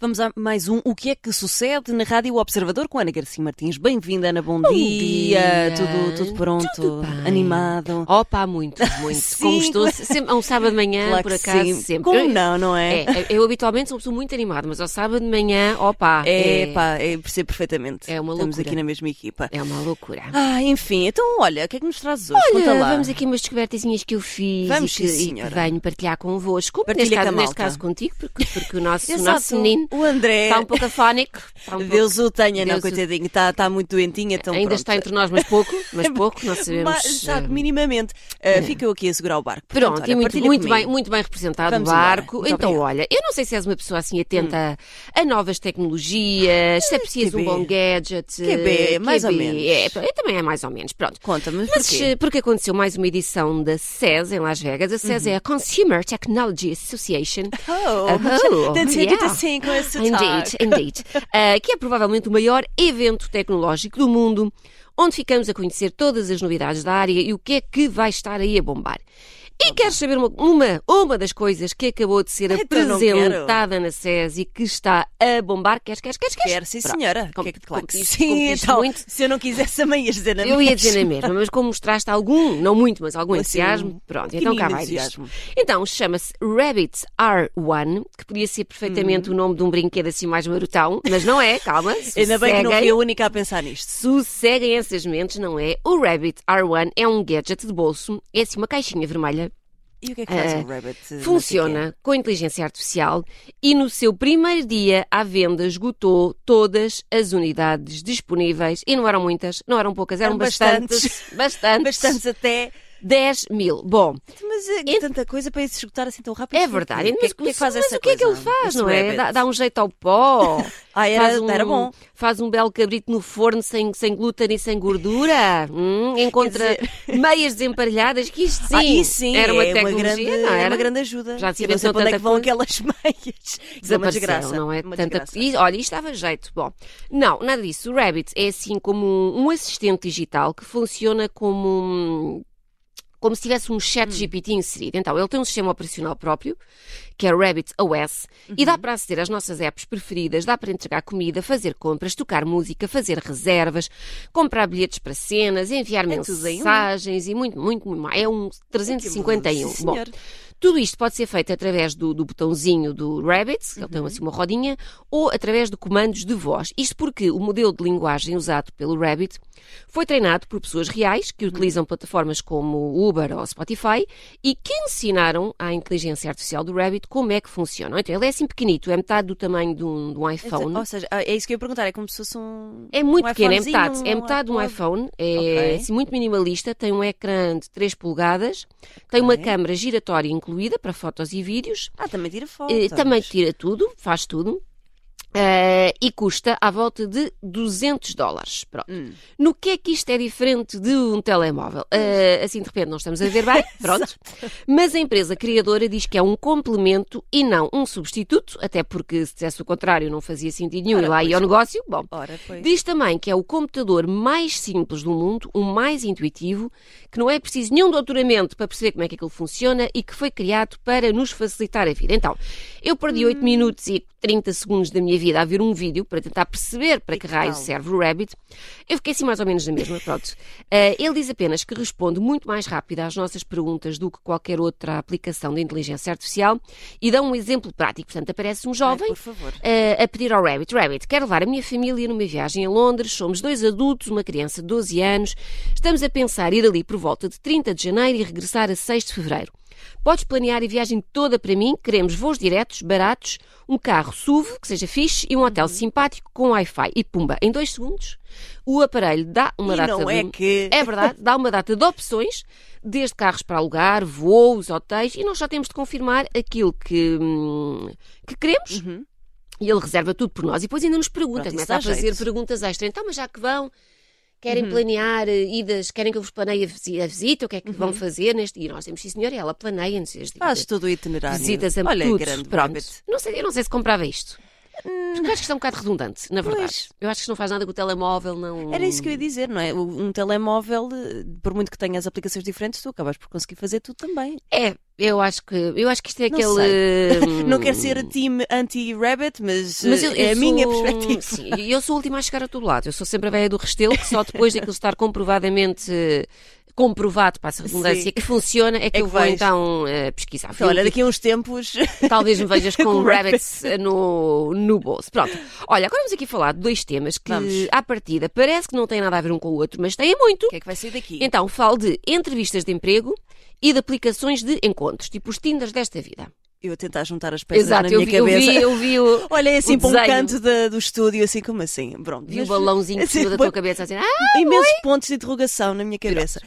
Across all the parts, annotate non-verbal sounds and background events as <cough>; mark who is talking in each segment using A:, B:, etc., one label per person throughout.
A: Vamos a mais um O que é que sucede na Rádio Observador com Ana Garcia Martins. Bem-vinda, Ana, bom, dia.
B: dia.
A: Tudo, tudo pronto,
B: Tudo bem.
A: animado.
B: Opa, <laughs> muito, muito. Como
A: Sim,
B: estou sempre, a um sábado de manhã,
A: Claro
B: por
A: que
B: acaso,
A: sim.
B: sempre.
A: Como
B: eu,
A: não, não é?
B: É, eu habitualmente sou uma pessoa muito animada, mas ao sábado de manhã, opa,
A: É, pá, é, percebo perfeitamente.
B: É uma
A: Estamos
B: loucura.
A: aqui na mesma equipa.
B: é uma loucura.
A: Ah, enfim, então olha, o que é que nos trazes hoje?
B: Olha,
A: Conta lá.
B: vamos aqui umas descobertazinhas que eu fiz
A: Vamos,
B: e, que,
A: sim,
B: e que
A: senhora.
B: venho partilhar convosco.
A: Partilha
B: neste,
A: com a
B: caso, neste
A: malta.
B: caso contigo, porque, porque o nosso, o
A: Exato.
B: nosso menino
A: o André.
B: está um pouco afónico. Está um
A: Deus o tenha, não,
B: Deus o-
A: coitadinho, está tá muito doentinho, então
B: pouco, ainda
A: pronto. É
B: está entre nós, mas pouco, <laughs> mas pouco, não sabemos.
A: Mas, exato,
B: eh,
A: minimamente. Ah, Fica eu aqui a segurar o barco. Portanto,
B: Pronto,
A: olha,
B: e muito,
A: partilha
B: muito
A: comigo.
B: bem, muito bem representado
A: Vamos
B: o barco.
A: embora. Muito
B: então,
A: obrigada. Hum.
B: olha, eu não sei se és uma pessoa assim atenta a novas tecnologias,
A: Eh,
B: se é preciso
A: QB.
B: um bom gadget.
A: QB, mais ou
B: QB.
A: menos.
B: É, pá, eu também é mais ou menos, pronto.
A: Conta-me, mas
B: Mas
A: porquê?
B: eh, porque aconteceu mais uma edição da SES em Las Vegas. A SES
A: Uhum.
B: é a Consumer
A: <laughs>
B: Technology Association.
A: Oh,
B: Ah, oh,
A: tem sido
B: yeah.
A: assim com esse
B: Indeed,
A: sotaque.
B: indeed. Ah, que é provavelmente o maior evento tecnológico do mundo, onde ficamos a conhecer todas as novidades da área e o que é que vai estar aí a bombar. E queres saber uma, uma, uma das coisas que acabou de ser
A: Então não quero.
B: apresentada na SES e que está a bombar? Queres, queres, queres? queres?
A: Quero, sim,
B: Pronto.
A: senhora.
B: Com-
A: Que é que- claro que
B: com- isto- com-
A: sim,
B: isto
A: então,
B: muito-
A: se eu não quisesse, também ia dizer na
B: eu ia dizer na
A: mesma.
B: mesma, mas como mostraste algum, não muito, mas algum
A: Assim,
B: entusiasmo, pronto,
A: um
B: então cá
A: pequenino
B: vai disto.
A: entusiasmo.
B: Então, chama-se Rabbit R1, que podia ser perfeitamente
A: Hum.
B: o nome de um brinquedo assim mais marotão, mas não é, calma.
A: <laughs> Ainda bem que não fui
B: sosseguem.
A: a única a pensar nisto.
B: Sosseguem essas mentes, não é? O Rabbit R1 é um gadget de bolso, é assim uma caixinha vermelha,
A: E o que é que faz
B: Eh,
A: o Rabbit? eh, não sei
B: funciona com inteligência artificial e no seu primeiro dia à venda esgotou todas as unidades disponíveis e não eram muitas, não eram poucas, eram,
A: Eram
B: bastantes,
A: quê?
B: <laughs> bastantes,
A: Bastantes até.
B: 10 mil. Bom,
A: Mas eh,
B: Ent-
A: tanta coisa para se esgotar assim tão rápido.
B: é
A: Porquê?
B: verdade.
A: O que é
B: mas
A: que- o que é que faz
B: mas
A: essa
B: o que é que ele
A: coisa,
B: faz,
A: esse
B: não é?
A: Rabbit?
B: Dá, dá um jeito ao pó.
A: Ah,
B: faz
A: <laughs> era,
B: um,
A: era bom.
B: Faz um belo cabrito no forno sem, sem glúten e sem
A: <laughs>
B: gordura. Hum, encontra meias desemparelhadas, que isto sim,
A: Ah, e sim,
B: era uma
A: é uma
B: tecnologia,
A: grande,
B: não
A: é
B: era?
A: uma grande ajuda.
B: Já se
A: Eu não sei
B: inventou
A: para onde é
B: tanta
A: que vão
B: coisa.
A: aquelas <laughs> meias. Isso é uma
B: Desapareceu,
A: desgraça.
B: não é?
A: Uma
B: Tanta...
A: desgraça.
B: E, olha, isto dava jeito. Bom, não, nada disso. O Rabbit é assim como um um assistente digital que funciona como um- como se tivesse um
A: Hum.
B: chat GPT inserido. Então, ele tem um sistema operacional próprio, que é o Rabbit OS, e
A: Uhum.
B: dá para aceder às nossas apps preferidas, dá para entregar comida, fazer compras, tocar música, fazer reservas, comprar bilhetes para cenas, enviar
A: É tudo em um.
B: mensagens e muito, muito, muito mais. É um 351.
A: Sim,
B: Bom,
A: senhor.
B: tudo isto pode ser feito através do, do botãozinho do Rabbit, que ele
A: Uhum.
B: tem assim uma rodinha, ou através de comandos de voz. Isto porque o modelo de linguagem usado pelo Rabbit foi treinado por pessoas reais
A: Uhum.
B: que utilizam plataformas como Uber ou Spotify e que ensinaram à inteligência artificial do Rabbit como é que funciona. Então, ele é assim pequenito, é metade do tamanho de um, de um
A: Então,
B: iPhone.
A: Ou seja, ah, é isso que eu ia perguntar, é como se fosse um.
B: É muito
A: um
B: pequeno, é
A: iPhonezinho,
B: metade. É metade de um
A: iPod.
B: iPhone, é
A: Ok.
B: assim, muito minimalista, tem um ecrã de 3 polegadas, tem uma
A: Ok.
B: câmara giratória incluída para fotos e vídeos,
A: Ah, também tira foto.
B: eh, também tira tudo, faz tudo. eh, e custa à volta de 200 dólares. Pronto.
A: Hum.
B: No que é que isto é diferente de um telemóvel? Eh, assim, de repente, não estamos a ver bem.
A: <laughs>
B: Pronto. Mas a empresa criadora diz que é um complemento e não um substituto, até porque se dissesse o contrário não fazia sentido nenhum
A: Ora,
B: e lá
A: pois.
B: ia o negócio. Bom,
A: Ora, pois.
B: Diz também que é o computador mais simples do mundo, o mais intuitivo, que não é preciso nenhum doutoramento para perceber como é que aquilo funciona e que foi criado para nos facilitar a vida. Então, eu perdi
A: Hum.
B: 8 minutos e 30 segundos da minha vida a ver um vídeo para tentar perceber para
A: E
B: que
A: que
B: raio
A: tal?
B: serve o Rabbit. Eu fiquei assim mais ou menos na mesma, pronto. Eh, ele diz apenas que responde muito mais rápido às nossas perguntas do que qualquer outra aplicação de inteligência artificial e dá um exemplo prático. Portanto, aparece um
A: Ai,
B: jovem
A: Por favor.
B: eh, a pedir ao Rabbit: Rabbit, quero levar a minha família numa viagem a Londres. Somos dois adultos, uma criança de 12 anos. Estamos a pensar ir ali por volta de 30 de janeiro e regressar a 6 de fevereiro. Podes planear a viagem toda para mim. Queremos voos diretos, baratos, um carro SUV, que seja fixe, e um hotel simpático com Wi-Fi. E pumba, em dois segundos, o aparelho dá uma
A: e
B: data
A: não é
B: de...
A: que.
B: É verdade, dá uma data de opções, desde carros para alugar, voos, hotéis, e nós só temos de confirmar aquilo que, hum, que queremos.
A: Uhum.
B: E ele reserva tudo por nós e depois ainda nos pergunta,
A: Pronto, isso
B: começa
A: dá
B: a fazer
A: jeito. Uhum.
B: perguntas extra. Então, mas já que vão, querem planear eh, idas, querem que eu vos planeie a visi- a visita, o que é que vão fazer neste. E nós temos, sim, senhor, e ela planeia-nos as
A: Uhum.
B: eh,
A: Faz todo o itinerário.
B: visitas a
A: Olha,
B: tudo.
A: grande
B: Pronto.
A: Rabbit. Hum.
B: Não sei, eu não sei se comprava isto. Porque eu acho que isto é um bocado redundante, na verdade.
A: Pois.
B: Eu acho que isto não faz nada com o telemóvel, não.
A: Era isso que eu ia dizer, não é? O- Um telemóvel, eh, por muito que tenhas aplicações diferentes, tu acabas por conseguir fazer tudo também.
B: É, eu acho que, eu acho que isto é
A: Não
B: aquele. hum,
A: Não quero ser a time anti-rabbit, mas,
B: mas
A: eh,
B: eu- eu
A: é a
B: sou-
A: minha perspectiva.
B: Sim, e eu sou a última a chegar a todo lado. Eu sou sempre a velha do restelo, que só depois daquilo estar comprovadamente. eh, Comprovado, passa a redundância,
A: Sim.
B: que funciona, é que,
A: que
B: eu vou
A: vais.
B: então eh, pesquisar.
A: Então,
B: Fui
A: olha,
B: um
A: daqui a uns
B: <laughs>
A: tempos.
B: Talvez me vejas com
A: <laughs> Com um
B: rabbits eh, no, no bolso. Pronto. Olha, agora vamos aqui falar de dois temas que,
A: Vamos.
B: à partida, parece que não têm nada a ver um com o outro, mas têm muito.
A: O que é que vai sair daqui?
B: Então, falo de entrevistas de emprego e de aplicações de encontros, tipo os Tinders desta vida.
A: <laughs> Eu a tentar juntar as peças na
B: eu
A: minha
B: vi, eu
A: cabeça.
B: vi, eu
A: <laughs>
B: vi o,
A: Olha, assim
B: o
A: para um
B: desenho.
A: canto da- do estúdio, assim como assim. Pronto.
B: vi o
A: mas-
B: balãozinho de
A: Sim,
B: cima da tua
A: bom.
B: cabeça, assim, ah!
A: Imensos pontos de interrogação na minha cabeça.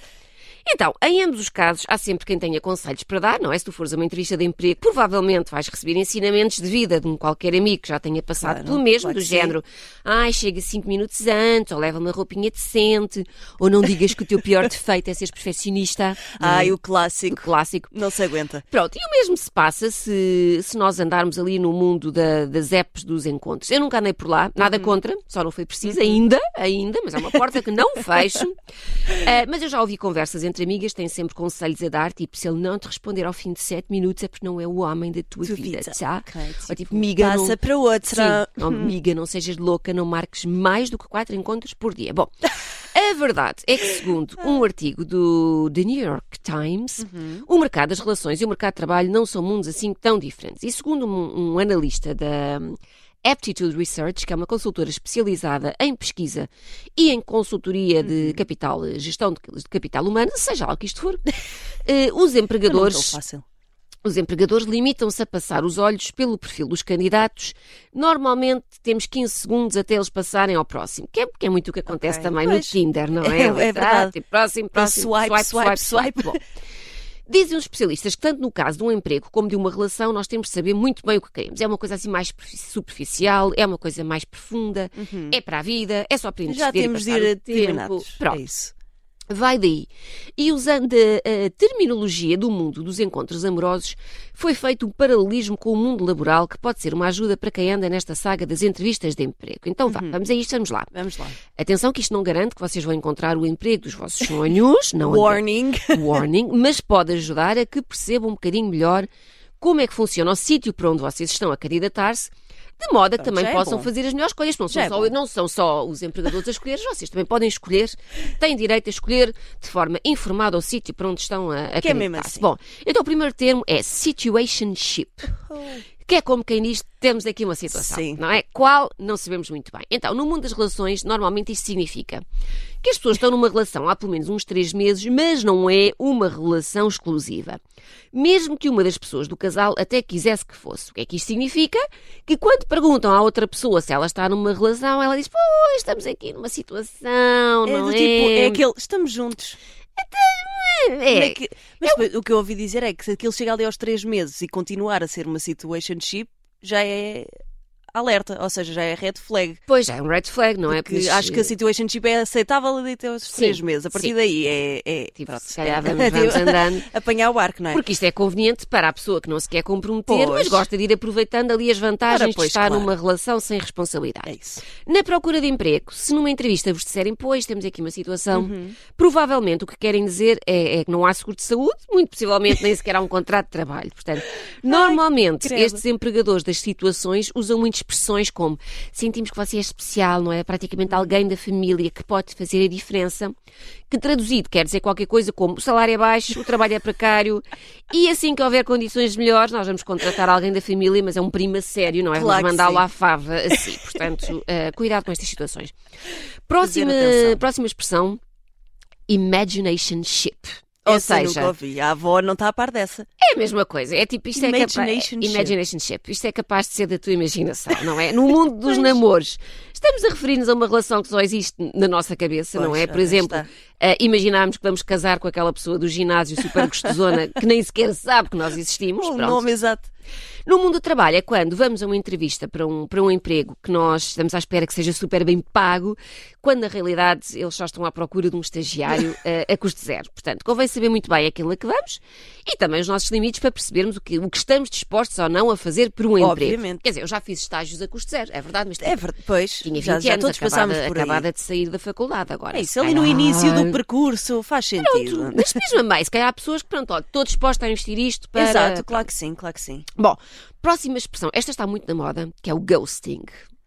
B: Então, em ambos os casos, há sempre quem tenha conselhos para dar, não é? Se tu fores a uma entrevista de emprego, provavelmente vais receber ensinamentos de vida de um qualquer amigo que já tenha passado
A: Claro,
B: pelo mesmo,
A: claro
B: do
A: que sim.
B: género, ai, chega cinco minutos antes, ou leva uma roupinha decente, ou não digas que o teu pior defeito é seres perfeccionista.
A: <laughs>
B: não é?
A: Ai, o
B: o
A: clássico.
B: clássico.
A: Não se aguenta.
B: Pronto, e o mesmo se passa se, se nós andarmos ali no mundo da- das apps dos encontros. Eu nunca andei por lá, nada contra, só não foi preciso ainda, ainda, mas é uma porta que <laughs> não fecho. Ah, mas eu já ouvi conversas entre amigas, têm sempre conselhos a dar, tipo, se ele não te responder ao fim de sete minutos é porque não é o homem da tua
A: Tu
B: vida,
A: vida.
B: tá?
A: Ok,
B: Ou tipo,
A: tipo,
B: miga, não-
A: Passa para outra.
B: Sim, oh, amiga, não sejas louca, não marques mais do que quatro encontros por dia. Bom, a verdade é que, segundo
A: Ah.
B: um artigo do The New York Times,
A: Uhum.
B: o mercado das relações e o mercado de trabalho não são mundos assim tão diferentes. E segundo um, um analista da hum, Aptitude Research, que é uma consultora especializada em pesquisa e em consultoria
A: Uhum.
B: de capital, eh, gestão de de capital humano, seja lá o que isto for, <laughs> eh, os
A: Eu não
B: empregadores
A: sou fácil.
B: os empregadores limitam-se a passar os olhos pelo perfil dos candidatos. Normalmente temos 15 segundos até eles passarem ao próximo, que é, que é muito o que acontece
A: Ok.
B: também
A: Pois.
B: no
A: <laughs>
B: Tinder, não é?
A: É- é
B: Ah,
A: verdade.
B: tipo, próximo, próximo,
A: Swipe, swipe, swipe.
B: Bom, Dizem os especialistas que tanto no caso de um emprego como de uma relação nós temos de saber muito bem o que queremos. É uma coisa assim mais profi- superficial, é uma coisa mais profunda, é para a vida, é só para
A: Uhum. Já
B: investir e
A: temos de
B: passar
A: ir
B: o
A: a
B: tempo.
A: determinados.
B: Pronto.
A: É isso.
B: Vai daí. E usando a, a terminologia do mundo dos encontros amorosos, foi feito um paralelismo com o mundo laboral que pode ser uma ajuda para quem anda nesta saga das entrevistas de emprego. Então vá, vamos a isto, vamos lá.
A: Vamos lá.
B: Atenção que isto não garante que vocês vão encontrar o emprego dos vossos sonhos,
A: <laughs>
B: não
A: Warning.
B: warning, mas pode ajudar a que percebam um bocadinho melhor como é que funciona o sítio para onde vocês estão a candidatar-se, de modo a que
A: Então,
B: também
A: já é
B: possam
A: bom.
B: fazer as melhores escolhas. Não são,
A: Já é
B: só,
A: bom.
B: não são só os empregadores a escolher, vocês também podem escolher, têm direito a escolher de forma informada o sítio para onde estão a, a
A: Que é mesmo
B: candidatar-se.
A: assim.
B: Bom, então o primeiro termo é situationship. Que é como quem diz, temos aqui uma situação,
A: Sim.
B: não é? Qual, não sabemos muito bem. Então, no mundo das relações, normalmente isto significa que as pessoas estão numa relação há pelo menos uns três meses, mas não é uma relação exclusiva. Mesmo que uma das pessoas do casal até quisesse que fosse. O que é que isto significa? Que quando perguntam à outra pessoa se ela está numa relação, ela diz, pois, estamos aqui numa situação,
A: É
B: não
A: do
B: é?
A: tipo, é aquele. Estamos juntos. Como
B: É,
A: é que- Mas depois, o que eu ouvi dizer é que se aquilo chegar ali aos três meses e continuar a ser uma situationship, já é alerta, ou seja, já é red flag.
B: Pois, é um red flag, não é?
A: Porque
B: Mas,
A: acho que a situationship é aceitável ali até aos três meses. A partir
B: sim.
A: daí é. é-
B: tipo,
A: pronto, <laughs>
B: se calhar vamos, vamos
A: Tipo,
B: andando.
A: Apanhar o arco, não é?
B: Porque isto é conveniente para a pessoa que não se quer comprometer,
A: Pois.
B: mas gosta de ir aproveitando ali as vantagens
A: Ora, pois,
B: de estar
A: claro.
B: numa relação sem responsabilidade.
A: É isso.
B: Na procura de emprego, se numa entrevista vos disserem, pois, temos aqui uma situação, provavelmente o que querem dizer é, é que não há seguro de saúde, muito possivelmente nem sequer há um contrato de trabalho. Portanto, normalmente
A: credo.
B: estes empregadores das situações usam muitas expressões como sentimos que você é especial, não é? Praticamente alguém da família que pode fazer a diferença, que traduzido quer dizer qualquer coisa como o salário é baixo, o trabalho é precário e assim que houver condições melhores, nós vamos contratar alguém da família, mas é um primo a sério, não é?
A: Claro que
B: vamos mandá-lo
A: sim.
B: à fava assim.
A: <laughs>
B: Portanto, eh, cuidado com estas situações. Próxima,
A: atenção.
B: próxima expressão: imaginationship. Ou
A: Essa eu
B: seja,
A: nunca ouvi. A avó não está a par dessa.
B: é a mesma coisa. É tipo, isto é capaz.
A: Imaginationship.
B: Imaginationship. Isto é capaz de ser da tua imaginação, não é? No mundo dos namoros, estamos a referir-nos a uma relação que só existe na nossa cabeça, não
A: Pois,
B: é? Por
A: ora,
B: exemplo,
A: está.
B: eh, imaginarmos que
A: <laughs>
B: vamos casar com aquela pessoa do ginásio super gostosona que nem sequer sabe que nós existimos.
A: O
B: Pronto.
A: nome exato.
B: No mundo do trabalho é quando vamos a uma entrevista para um, para um emprego que nós estamos à espera que seja super bem pago, quando na realidade eles só estão à procura de
A: <laughs>
B: um estagiário eh, a custo zero. Portanto, convém saber muito bem aquilo a que vamos e também os nossos limites para percebermos o que, o que estamos dispostos ou não a fazer por um emprego.
A: Obviamente.
B: Quer dizer, eu já fiz estágios a custo zero, é verdade, mas
A: É verdade, pois.
B: tinha 20
A: já,
B: anos,
A: já todos
B: acabada,
A: passámos por aí.
B: acabada de sair da faculdade agora.
A: É isso, ali no
B: Ai,
A: início do percurso faz sentido.
B: Mas diz-me bem, se calhar há pessoas que, pronto, olha, estou disposta a investir isto para...
A: <laughs> Exato, claro que sim, claro que sim.
B: Bom, próxima expressão. Esta está muito na moda, que é o ghosting.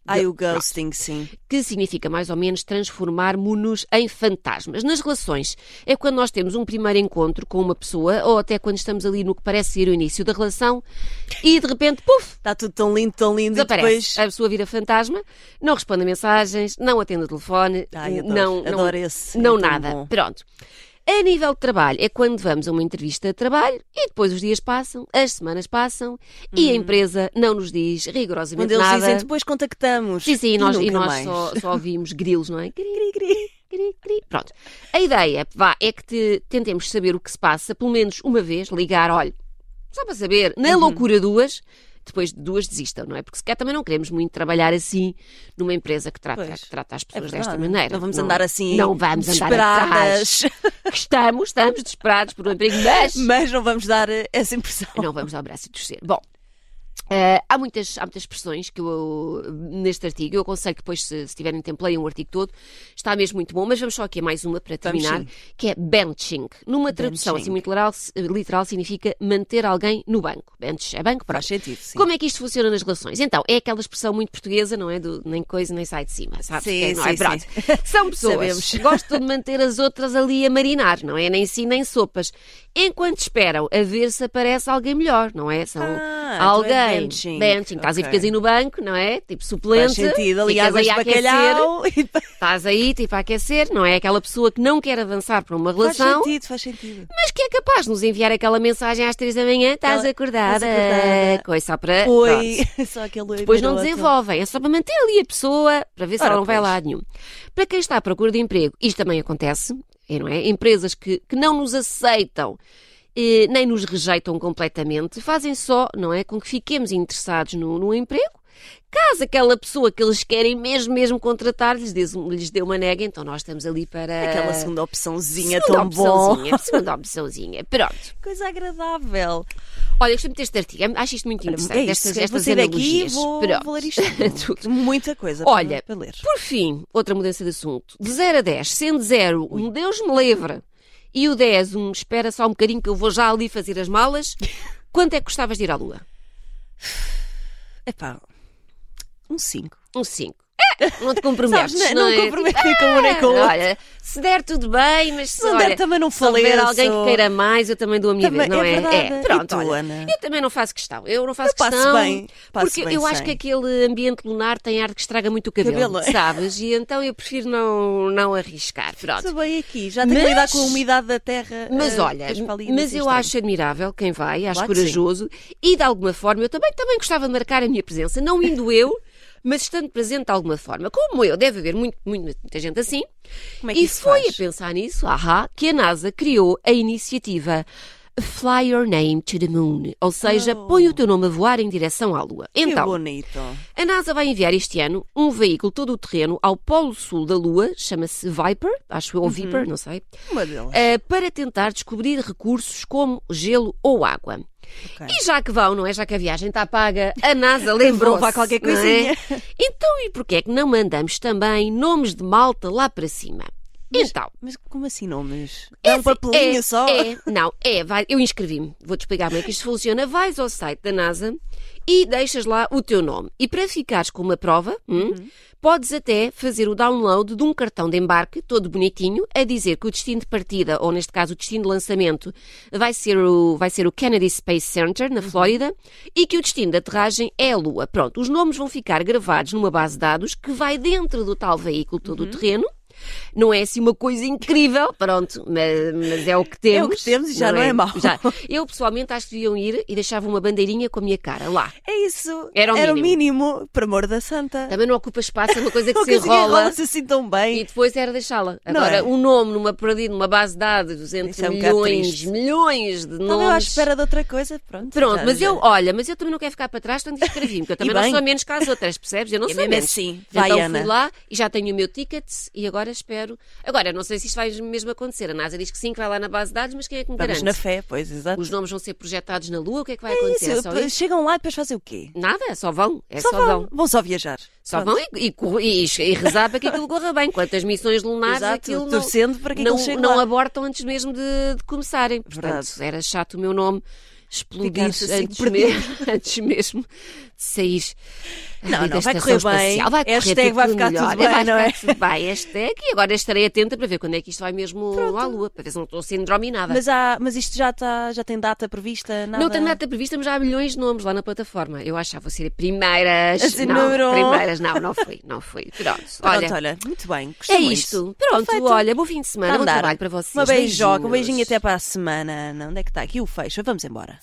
A: Ai, o ghosting, sim.
B: Que significa mais ou menos transformarmos-nos em fantasmas. Nas relações, é quando nós temos um primeiro encontro com uma pessoa, ou até quando estamos ali no que parece ser o início da relação, e de repente, puf,
A: Está tudo tão lindo, tão lindo e
B: desaparece.
A: depois.
B: A pessoa vira fantasma, não responde a mensagens, não atende o telefone,
A: Ai, adoro,
B: não, não,
A: adoro esse. é
B: não
A: tão
B: nada.
A: bom.
B: Pronto. A nível de trabalho, é quando vamos a uma entrevista de trabalho e depois os dias passam, as semanas passam e a empresa não nos diz rigorosamente
A: Uhum. Quando eles
B: nada.
A: dizem depois contactamos.
B: Sim, sim, e nós, e
A: nunca
B: nós
A: mais.
B: só, só ouvimos grilos,
A: <laughs>
B: não é? Gri,
A: Cri, cri.
B: gri, gri. Pronto. A ideia vá, é que te- tentemos saber o que se passa, pelo menos uma vez, ligar, olha, só para saber, na
A: Uhum.
B: loucura duas, depois de duas desistam, não é? Porque sequer também não queremos muito trabalhar assim numa empresa que trata,
A: Pois.
B: que trata as
A: É
B: pessoas desta
A: verdade.
B: maneira.
A: Não vamos andar assim
B: Não vamos andar atrás.
A: desesperadas,
B: que estamos, estamos desesperados por um emprego,
A: <laughs>
B: mas
A: mas não vamos dar eh, essa impressão.
B: <laughs> não vamos ao braço e torcer. Bom, eh, há, muitas, há muitas expressões que eu, neste artigo, eu aconselho que depois, se, se tiverem tempo, leiam o artigo todo, está mesmo muito bom, mas vamos só aqui a mais uma para
A: Vamos
B: terminar, que é benching. Numa tradução assim
A: Benching.
B: muito literal, literal, significa manter alguém no banco. Bench é banco,
A: Faz
B: pronto.
A: sentido, sim.
B: Como é que isto funciona nas relações? Então, é aquela expressão muito portuguesa, não é? Do nem coisa nem sai de cima, sabes?
A: Sim,
B: Que é, não é?
A: sim,
B: Pronto.
A: sim. <laughs>
B: São pessoas
A: Sabemos.
B: que gostam de manter as outras ali a marinar, não é? Nem sim, nem sopas. Enquanto esperam a ver se aparece alguém melhor, não é? São
A: Ah,
B: alguém.
A: então é benching.
B: Estás aí,
A: Ok.
B: ficas aí no banco, não é? Tipo
A: Faz
B: suplente.
A: sentido, ali
B: ficas
A: águas
B: aí
A: de
B: a aquecer.
A: bacalhau. <laughs> e depois-
B: Estás aí, tipo, a aquecer, não é? Aquela pessoa que não quer avançar para uma
A: Faz
B: relação
A: sentido, faz sentido.
B: mas que é capaz de nos enviar aquela mensagem às três da manhã, estás
A: Aquela-
B: acordada,
A: estás acordada.
B: coisa só para... Eh, Pronto.
A: Oi, <laughs> só aquele oi
B: Depois não
A: virou aquele-
B: desenvolvem, é só para manter ali a pessoa, para ver se
A: Ora,
B: ela não vai
A: pois.
B: lá nenhum. Para quem está à procura de emprego, isto também acontece, é, não é? Empresas que, que não nos aceitam, eh, nem nos rejeitam completamente, fazem só, não é? Com que fiquemos interessados no, no emprego. Caso aquela pessoa que eles querem mesmo, mesmo contratar, lhes, dê- lhes dê uma nega, então nós estamos ali para...
A: Aquela segunda opçãozinha
B: Segunda
A: tão bom.
B: opçãozinha, Segunda opçãozinha, pronto.
A: Coisa agradável.
B: Olha, gostei muito deste artigo. Acho isto muito
A: Olha,
B: interessante.
A: é isso,
B: estas
A: vou
B: estas
A: sair daqui e
B: analogias.
A: vou,
B: Pronto.
A: vou ler isto.
B: Tudo.
A: Muita coisa
B: Olha,
A: para, para ler.
B: Por fim, outra mudança de assunto. De 0 a 10, sendo 0, um Deus me livre, e o 10, um espera só um bocadinho que eu vou já ali fazer
A: <laughs>
B: as malas, quanto é que gostavas de ir à Lua?
A: Epá, um 5.
B: Um 5. É, não te comprometes.
A: Sabes, não,
B: não
A: não
B: é?
A: me comprometo nem com um nem com o
B: Tipo,
A: outro.
B: olha, se der tudo bem, mas se,
A: Se não
B: olha,
A: der, também não
B: se houver
A: faleço.
B: alguém que queira mais, eu também dou a minha
A: Também-
B: vez, não
A: é
B: é?
A: verdade. E
B: pronto,
A: tu,
B: olha,
A: Ana?
B: eu também não faço questão. Eu não faço
A: passo
B: questão.
A: bem, passo
B: porque
A: bem
B: eu acho
A: sem.
B: que aquele ambiente lunar tem ar que estraga muito o cabelo,
A: Cabelo, é.
B: sabes? E então eu prefiro não, não arriscar. Pronto.
A: Estou bem aqui, já tenho que
B: Mas-
A: lidar com a umidade da terra.
B: Mas
A: ah,
B: olha,
A: depois para ali,
B: mas
A: assim,
B: eu
A: estranho.
B: acho admirável quem vai, acho
A: Claro que
B: corajoso e de alguma forma eu também, também gostava de marcar a minha presença,
A: <laughs>
B: não indo eu, mas estando presente de alguma forma. Como eu, deve haver muito, muito- muita gente assim.
A: Como é que
B: e
A: isso
B: foi
A: faz?
B: a pensar nisso, ahá, que a NASA criou a iniciativa Fly Your Name to the Moon, ou seja,
A: Oh.
B: põe o teu nome a voar em direção à Lua.
A: Que
B: Então,
A: bonito.
B: a NASA vai enviar este ano um veículo todo o terreno ao polo sul da Lua, chama-se Viper, acho
A: Uhum.
B: eu, ou Viper, não sei.
A: Uma delas.
B: Uh, para tentar descobrir recursos como gelo ou água.
A: Ok.
B: E já que vão, não é? Já que a viagem está paga,
A: <laughs>
B: a NASA lembrou
A: Vão levar qualquer coisinha.
B: Então, e porquê é que não mandamos também nomes de malta lá para cima? então,
A: Mas como assim nomes? Dá um
B: assim,
A: papelinho
B: é,
A: só?
B: É, não, é, vai, eu inscrevi-me. Vou-te explicar como é que isto funciona. Vais ao site da NASA e deixas lá o teu nome. E para ficares com uma prova, hum, podes até fazer o download de um cartão de embarque, todo bonitinho, a dizer que o destino de partida, ou neste caso o destino de lançamento, vai ser o, vai ser o Kennedy Space Center, na Flórida, e que o destino de aterragem é a Lua. Pronto, os nomes vão ficar gravados numa base de dados que vai dentro do tal veículo todo o terreno. Não é assim uma coisa incrível, pronto, mas, mas é o que temos.
A: É o que temos e já não é mau.
B: Já. Eu pessoalmente acho que deviam ir e deixava uma bandeirinha com a minha cara lá.
A: É isso.
B: Era o
A: mínimo, por amor da santa.
B: Também não ocupa espaço, é uma
A: <laughs>
B: coisa que
A: Uma
B: se
A: coisa que
B: enrola.
A: enrola-se assim tão
B: E
A: bem.
B: depois era deixá-la.
A: Não
B: Agora,
A: é?
B: um nome numa perdida, numa base de dados, entre
A: Isso é um bocado
B: milhões,
A: triste.
B: milhões de
A: Estava eu à
B: nomes.
A: espera de outra coisa, pronto.
B: Pronto,
A: já-
B: mas
A: já-
B: eu, olha, mas eu também não quero ficar para trás, tanto
A: <laughs>
B: escrevi-me, porque eu também não
A: bem.
B: sou menos que as outras, percebes? Eu não
A: É
B: sou
A: mesmo
B: menos.
A: assim.
B: Então
A: Vai, Ana.
B: fui lá e já tenho o meu ticket e agora espero. Agora, não sei se isto vai mesmo acontecer. A NASA diz que sim, que vai lá na base de dados, mas quem é que me
A: Estamos
B: garante?
A: na fé, pois, exato.
B: Os nomes vão ser projetados na Lua, o que é que vai
A: É isso,
B: acontecer? Só isso?
A: chegam lá e depois fazem o quê?
B: Nada, só vão. É
A: só,
B: só,
A: vão. Vão só viajar.
B: Só
A: Pronto.
B: vão e, e cor- e- e rezar para que aquilo corra bem. Quantas missões lunares
A: Exato,
B: aquilo não,
A: torcendo para que
B: não,
A: aquilo chegue
B: não
A: lá.
B: abortam antes mesmo de, de começarem. Portanto,
A: Verdade.
B: era chato o meu nome explodir
A: Ficaste assim,
B: antes, mesmo, <laughs> antes mesmo de sair.
A: Não, não,
B: Ai, desta
A: vai correr
B: estação
A: bem.
B: espacial. Vai correr
A: Hashtag
B: tudo
A: vai ficar tudo
B: melhor.
A: bem,
B: Vai
A: não é?
B: ficar tudo bem. Hashtag. E agora estarei atenta para ver quando é que isto vai mesmo à Lua, para ver se não estou sindrominada.
A: Mas, há, mas isto já, está, já tem data prevista? Nada?
B: Não tem data prevista, mas já há milhões de nomes lá na plataforma. Eu achava ser a primeiras.
A: Assim,
B: não,
A: número um.
B: primeiras, não, não fui, não fui. Pronto, olha.
A: Pronto, olha, muito bem. gostei
B: É
A: muito.
B: isto. Pronto,
A: Perfeito. Tá
B: olha, bom fim de semana, bom
A: Andar.
B: trabalho para vocês.
A: Uma beijoca, um
B: Beijinhos.
A: beijinho até para a semana. Ana. Onde é que está aqui o fecho? Vamos embora.